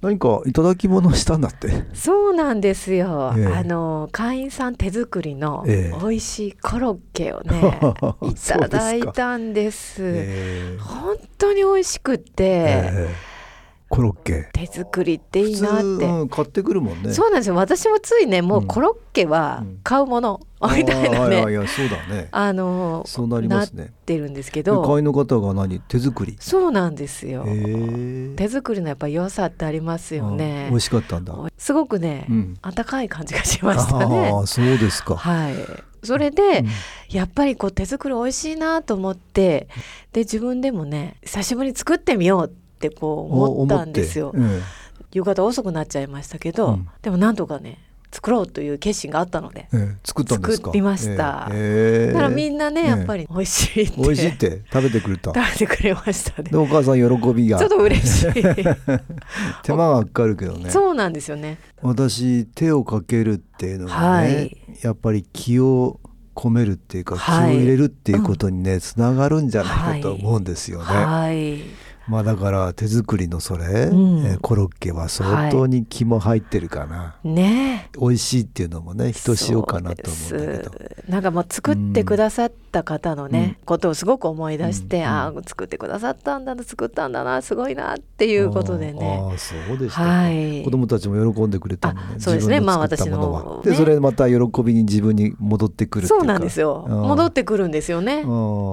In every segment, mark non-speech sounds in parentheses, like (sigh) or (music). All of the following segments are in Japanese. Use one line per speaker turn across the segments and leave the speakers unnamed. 何かいただき物をしたんだって
そうなんですよ。
ええ
あの会員さん手作りの
ええ
美味しいコロッケをね、
(laughs)
い
そうですか
ただいたんです。
えー
本当に美味しくって、
えーコロッケ
手作りっていいな
普
っ
通、
て。
うん買ってくるもんね
そうなんですよ私もついねもううんコロッケは買うもの、みたい
あ
な
ー
ね
やいやそうだね
あの
そうなりますね
ってるんですけ
で会
ど
員の方が何手作り
そうなんですよ、
ー
手作りのやっぱ良さってありますよ
うん
ね
美味しかったんだ
すごくね、
うん
温かい感じがしましたね
ああそうですか
はい、それで、
うん
やっぱりこう手作り美味しいなと思ってで自分でもね久しぶりに作ってみようってこう
お
思ったんですよ
思っ、て
夕方遅くなっちゃいましたけど、
うん
でもなんとかね作ろうという決心があったので、
ええええ作ったんですか
作りました
ええ
だからみんなね、
ええ
やっぱり美味しいって
美味しいって食べてくれた
(laughs) 食べてくれましたね
でお母さん喜びが
ちょっと嬉しい
手間がかかるけどね
(laughs) そうなんですよね
私手をかけるっていうのはね、
はい
やっぱり気を込めるっていうか、
はい
気を入れるっていうことにねつながるんじゃないかと
はい
思うんですよね、
はい
まあだから手作りのそれ、
ん
えーコロッケは相当に気も入ってるかな、
ね
美味しいっていうのもねひとしおかなと思うんだけど
そうですなんかもう作ってくださった方のね、ことをすごく思い出して、
うん
ああ作ってくださったんだな作ったんだなすごいなっていうことでね
ああそうでしたか、
はい
子供たちも喜んでくれたもんね
あそうですね
自分
まあ
の作ったものは
私のね
でそれまた喜びに自分に戻ってくるってい
そう
か
うなんですよ
ああ
戻ってくるんですよ
うん
ね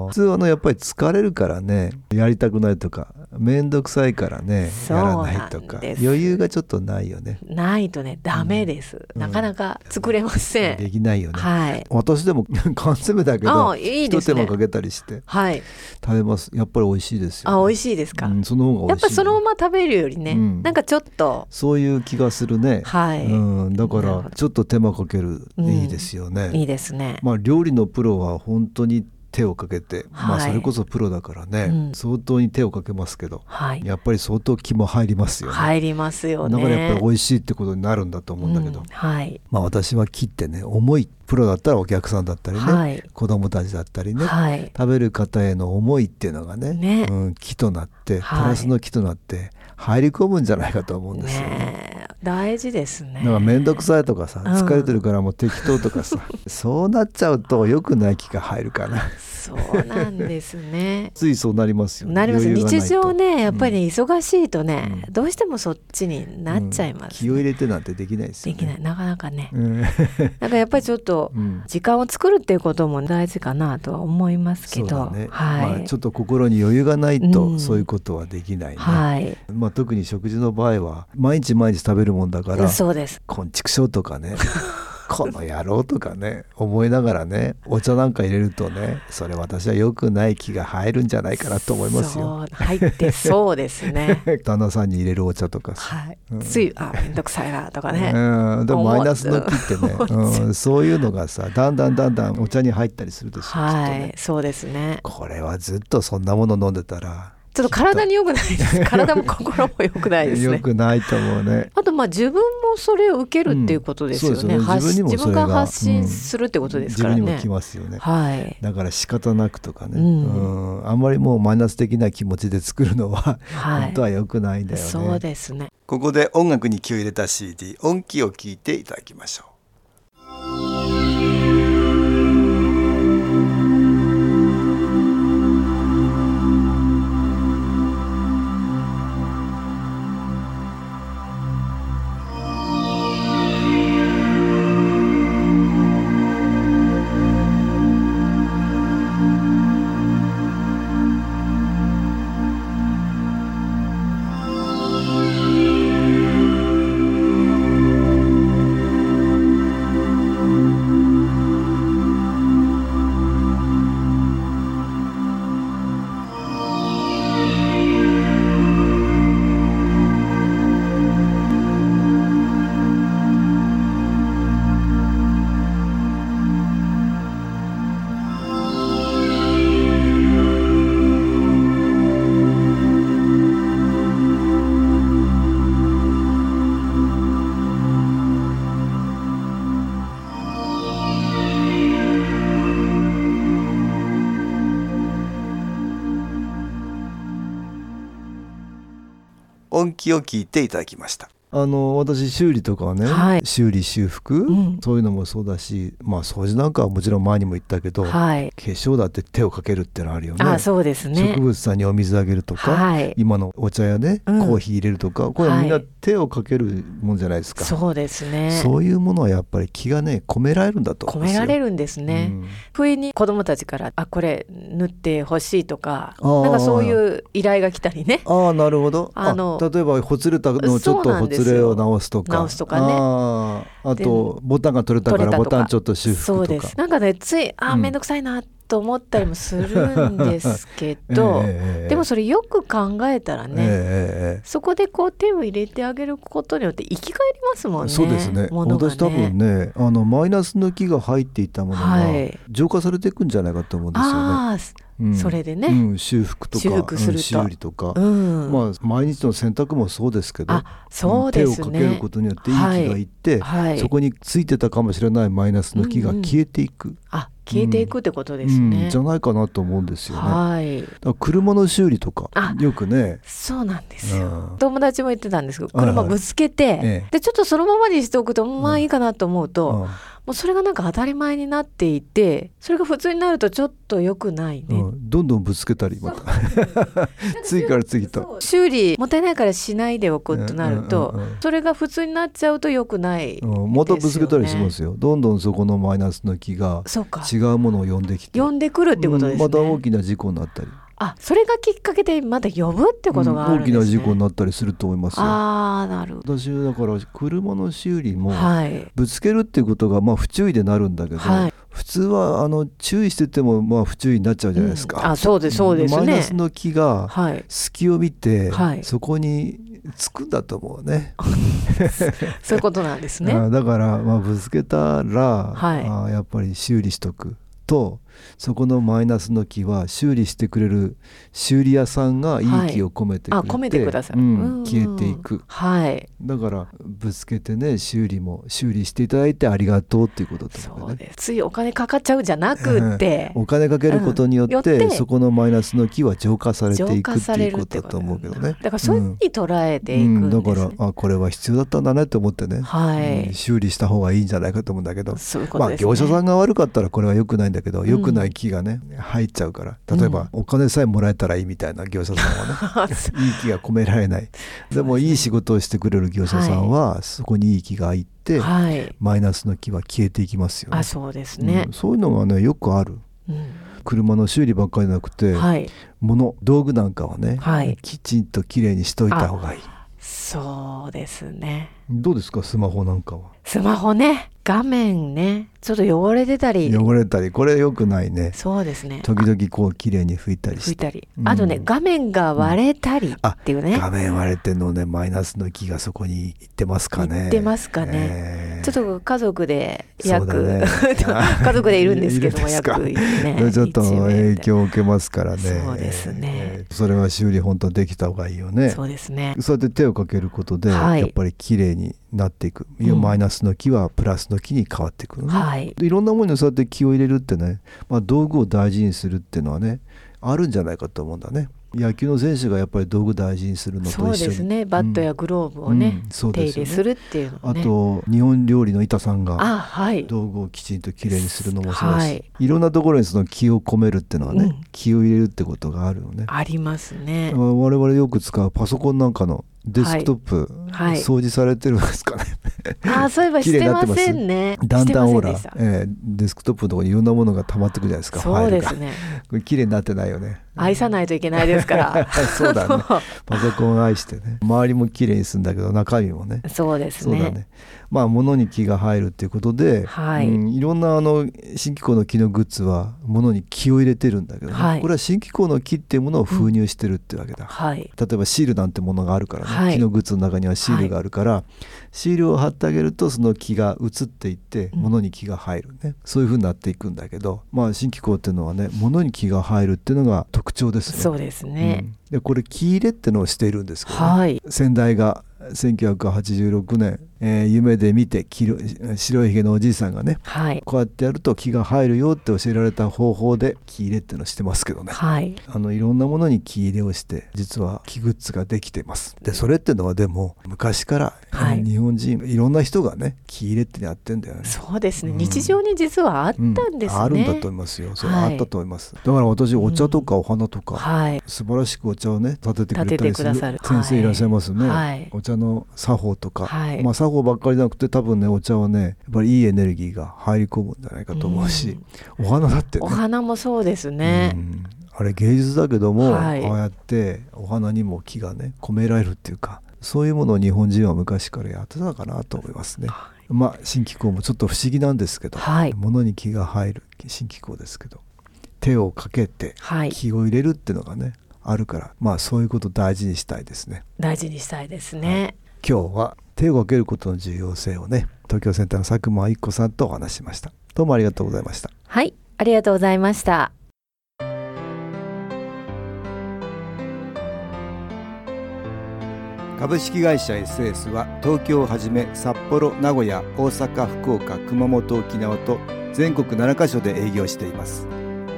普通はあのやっぱり疲れるからねやりたくないとか面倒くさいからね
そ
や
う
ら
なん
ないとか
です
余裕がちょっとないよね
ないとねダメです、
うん
なかなか作れません、
できないよね、
はい
私でも (laughs) 缶詰だけ
あ
ど
あいい
ひと
です
手間
ね
かけたりして
はい
食べますやっぱり美味しいですよ、
あ美味
しい
しいですか、
うん、その方が美
やっ
味しい
ぱそのまま食べるよりね、
うん
なんかちょっと
そういう気がするね、
はい、
うん、だか
なるほ
ら
ど
ちょっと手間かける、
うん
いいですよね
いいですね、
まあ料理のプロは本当に手をかけて、まあ
はい
それこそプロだからね、
うん
相当に手をかけますけど
はい
やっぱり相当気も入りますよね。
入りますよね
だからやっぱり美味しいってことになるんだと思うんだけど、
うんはい
まあ私は切ってね重いプロだったらお客さんだったりね、
はい
子供たちだったりね、
はい
食べる方への思いっていうのがね
ね
うん、木となってプ
はい
ラスの木となって入り込むんじゃないかと思うんですよね。
ねえ大事ですね
なんか面倒くさいとかさ
うん
疲れてるからもう適当とか
(laughs)
さ、そうなっちゃうと良くない気が入るかな
そうなんです
(laughs)
ね
ついそうなりますよね
なります
余裕がないと
日常ねやっぱり忙しいとね、
うん
どうしてもそっちになっちゃいます、
うん気を入れてなんてできないですよ
で
ね
きないなかなかね、
うん
なんかやっぱりちょっと
うん
時間を作るっていうことも大事かなとは思いますけ
そう
ど
だね、
はい、
まあ、ちょっと心に余裕がないと
うん
そういうことはできないね、
はい
まあ、特に食事の場合は毎日毎日食べるもんだから
そうです
「こんちくしょう」とかね (laughs) 「この野郎」とかね思いながらねお茶なんか入れるとねそれ私は良くない気が入るんじゃないかなと思いますよ。
そう入ってそうです
(laughs)
ね
旦那さんに入れるお茶とかさ、
はい、
うん
ついあめんどくさいなとかね、
うん、でもマイナスの気ってね
(laughs) 思っ、ちゃう
うん、そういうのがさだんだんだんだんお茶に入ったりするでしょ、
は
きっ
い、
とね
そうですね
これはずっとそんなもの飲んでたら
ちょっと体に良くない
(laughs)
です体も心も良くないです
良
ね
くないと思うね。
あとまあ自分もそれを受けるっていうことですよね。
うんそうですよね
発
自分にも
自
それが
分が発信するってことですから
自分にも
ね
来。ますよね。
はい。
だから仕方なくとかね、う
うんん
あんまりもうマイナス的な気持ちで作るのは、
はい
本当は良くないんだよね。
そうですね。
ここで音楽に気を入れた CD 音気を聞いていただきましょう。
「
音気を聞いていただきました
あの私修理とかはね、
はい
修理修復、
うん
そういうのもそうだしまあ掃除なんかはもちろん前にも言ったけど、化
はい。
粧だって手をかけるってのあるよね
あ、そうですね
植。物さんにお水あげるとか、
はい。
今のお茶やね、
うん
コーヒー入れるとかこれはみん
は
ない手をかけるもんじゃないですか、
そうですね。
そういうものはやっぱり気がね込められるんだと
込
思うんです
め
よ
られるんですね。不意に子供たちから、あ、これ塗ってほしいとか、
あー
なんかそういう依頼が来たりね。
うんああなるほどあ
あの
例えばほつれたのをちょっ
そう
と
な
ほ
んですよ
つれを直すとか
直すとかね
あああ
で
とボタンが取れたか
取れ
ら
たと
ボ
か
タンちょっと修
そう
復と
で
か
す。なんかね、つい、あ、
うん
めんどくさいなと思ったりもするんですけ
(laughs)
ど、でも
そ
それよく考えたらね、
えええええ
そこでこう手を入れてあげることによって生き返りますもん
え
ね。
そうですね
ものがね
私多分ねあのマイナスの気が入っていたものが、
はい
浄化されていくんじゃないかと思うんですよね。
ああ、
うん
それでね
うん、修復とか
修復すると
うん修理とか、
うん。
まあ毎日の洗濯もそうですけど
あ、そうです
手
ね。
をかけることによっていい気がいって、
はい
そ。こについてたかもしれないマイナスの気が消えていく、
あ、消えていくってことですね。
うんじゃないかなと思うんですよね。だ
はい。
から車の修理とか
あ
よくね、
そうなんですよ。
うん
友達も言ってたんですけど、
はいはい
車ぶつけて、
ええ
でちょっとそのままにしておくとまあ
うん
いいかなと思うと、も
うん
うそれがなんか当たり前になっていて、それが普通になるとちょっと良くないね。
うん、どんどんぶつけたりまた (laughs) 次から次と。
修理もったいないからしないでおこうとなると、
うんうんうんうん
それが普通になっちゃうと良くない、
うんまたぶつけたりしますよどんどんそこのマイナスの気が
そうか
違うものを呼んできて
呼んでくるってことですね、
うんまた大きな事故になったり、
あそれがきっかけでまた呼ぶってことがあ
大
るん
き
です、ね
な事故になったりすると思いますよ。
ああなるほ
私はだから車の修理も
どはい
ぶつけるっていうことがまあ不注意でなるんだけど、
はい
普通はあの注意しててもまあ不注意になっちゃうじゃないです
うん
か。
あそうですそうですね
マイナスの気が
はい
隙を見て、
はい
そこにつくんだと思うね。
そういうことな
(laughs)
んですね
あだからまあぶつけたら、
はい
あやっぱり修理しとくとそこのマイナスの気は修理してくれる修理屋さんがいい気を込めてくれて、
あ込めてくださる、
うん
うん
消えていく
はい
だからぶつけてね修理も修理していただいてありがとうっていうことと
そ
か
う
ね
ですついお金かかっちゃうじゃなくって、
(laughs) お金かけることによって,、
うんよって
そこのマイナスの気は浄化されて
浄
いく
化
って
さ
い
れ
う
るっ
こと
て
だ
こと
思うけどね
だからそういうふうに捉えてい
う
く
ん
んです、ね
だからあこれは必要だったんだねと思ってね、
はい、
うん修理した方がいいんじゃないかと思うんだけど
そういうこ
ま
と
あ
ですね、
業者
(laughs)
さんが悪かったらこれは良くないんだけど、
ん
良くない気がね入っちゃうから例えば、お金さえもらえたらいいみたいな業者さんはね
(laughs)
いい気が込められないでもいい仕事をしてくれる業者さんは、そこにいい気がいって、
はい
マイナスの気は消えていきますよね
あそうですね
うん、そういうのがねよくある
うん
車の修理ばっかりじゃなくて、
はい
物道具なんかはね、
はい
きちんときれいにしといた方がいい
そうですね
どうですかスマホなんかは
スマホね画面ねちょっと汚れてたり
汚れたりこれ良くないね
そうですね
時々こうきれいに拭いたり
拭
して
いたり、
うん
あとね画面が割れたりっていうね、
画面割れてんのねマイナスの気がそこに行ってますかね
行ってますかね
ね
ちょっと家族で
そう
約、
だ
(laughs)
ね
家族でいるんですけども
いるんですか
約
(laughs)
ね
ちょっと
一名で
影響を受けますからね
そうですね
えーそれは修理本当できた方がいいよね
そうですね
そうやって手をかけることで、
はい
やっぱり綺麗になっていく、
うん
マイナスの木はプラスの木に変わっていくのね、
はい
でいろんなものにそうやって気を入れるってね、まあ、道具を大事にするっていうのはねあるんじゃないかと思うんだね野球の選手がやっぱり道具大事にするのと一緒
そう
に
ですねバットやグローブをね
う、んそう
手
で
入
すよ
れ
ね
するっていうの
あ
ね
と日本料理の板さんが
あはい
道具をきちんときれいにするのもそうだし、
はいい、
ろんなところにその気を込めるっていうのはね、
うん
気を入れるってことがあるよね。
ありますね
我々よく使うパソコンなんかのデスクトップ、
はい
掃除されてるんです
(laughs)
かね
あそういえばしてませんね
だんだんほら、
してませで
え
した
えデスクトップのところにいろんなものが溜まってくるじゃないですか
そうです
ファイルが
ね
これ綺麗になってないよね
愛さないといけないですから
(laughs) そうだ
(laughs)
ねパソコンを愛してね周りも綺麗にするんだけど中身もね
そうです
そう
ね
だねまあ物に気が入るっていうことで、
はい
うんいろんなあの新機構の木のグッズは物に気を入れてるんだけどね、
はい
これは新機構の木っていうものを封入してるってわけだ、
はい
例えばシールなんてものがあるからね、
はい
木のグッズの中にはシールがあるから、シールを貼ってあげるとその木が移っていって
うん
物に木が入るね、そういう風になっていくんだけどまあ新機構っていうのはね物に木が入るっていうのが特徴ですね。
そうですね
うんでこれ木入れってのをしているんですけどね、
はい
先代が1986年えー夢で見て黄色い白いひげのおじいさんがね
はい
こうやってやると木が入るよって教えられた方法で木入れってのしてますけどね
はい
あのいろんなものに木入れをして実は木グッズができてますでそれってのはでも昔から、
はい
日本人いろんな人がね木入れってやってんだよね
そうですね、
うん
日常に実はあったんですね、
うあるんだと思いますよそれ、
はい
あったと思いますだから私お茶とかお花とか、
はい
素晴らしくお茶をね立ててくれたりする
立ててくださる
先生いらっしゃいますね、
はい
お茶の作法とか、
はい
まあ作法ばっかりじゃなくて多分ねお茶はねやっぱりいいエネルギーが入り込むんじゃないかと思うし、お花だってね
お花もそうですね、
うんあれ芸術だけども、
はい
ああやってお花にも木がね込められるっていうかそういうものを日本人は昔からやってたかなと思いますね。まあ新機構もちょっと不思議なんですけど、
はい
物に木が入る新機構ですけど手をかけて
はい
気を入れるっていうのがねあるからまあそういうこと大事にしたいですね
大事にしたいですね
今日は手をかけることの重要性をね東京センターの佐久間一子さんとお話ししましたどうもありがとうございました
はい、ありがとうございました
株式会社 SS は東京をはじめ札幌名古屋大阪福岡熊本沖縄と全国7カ所で営業しています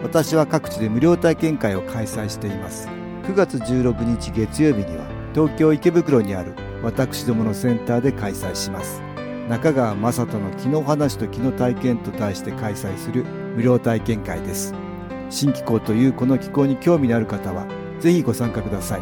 私は各地で無料体験会を開催しています9月16日月曜日には東京池袋にある私どものセンターで開催します中川雅人の気の話と気の体験と題して開催する無料体験会です新機構というこの機構に興味のある方はぜひご参加ください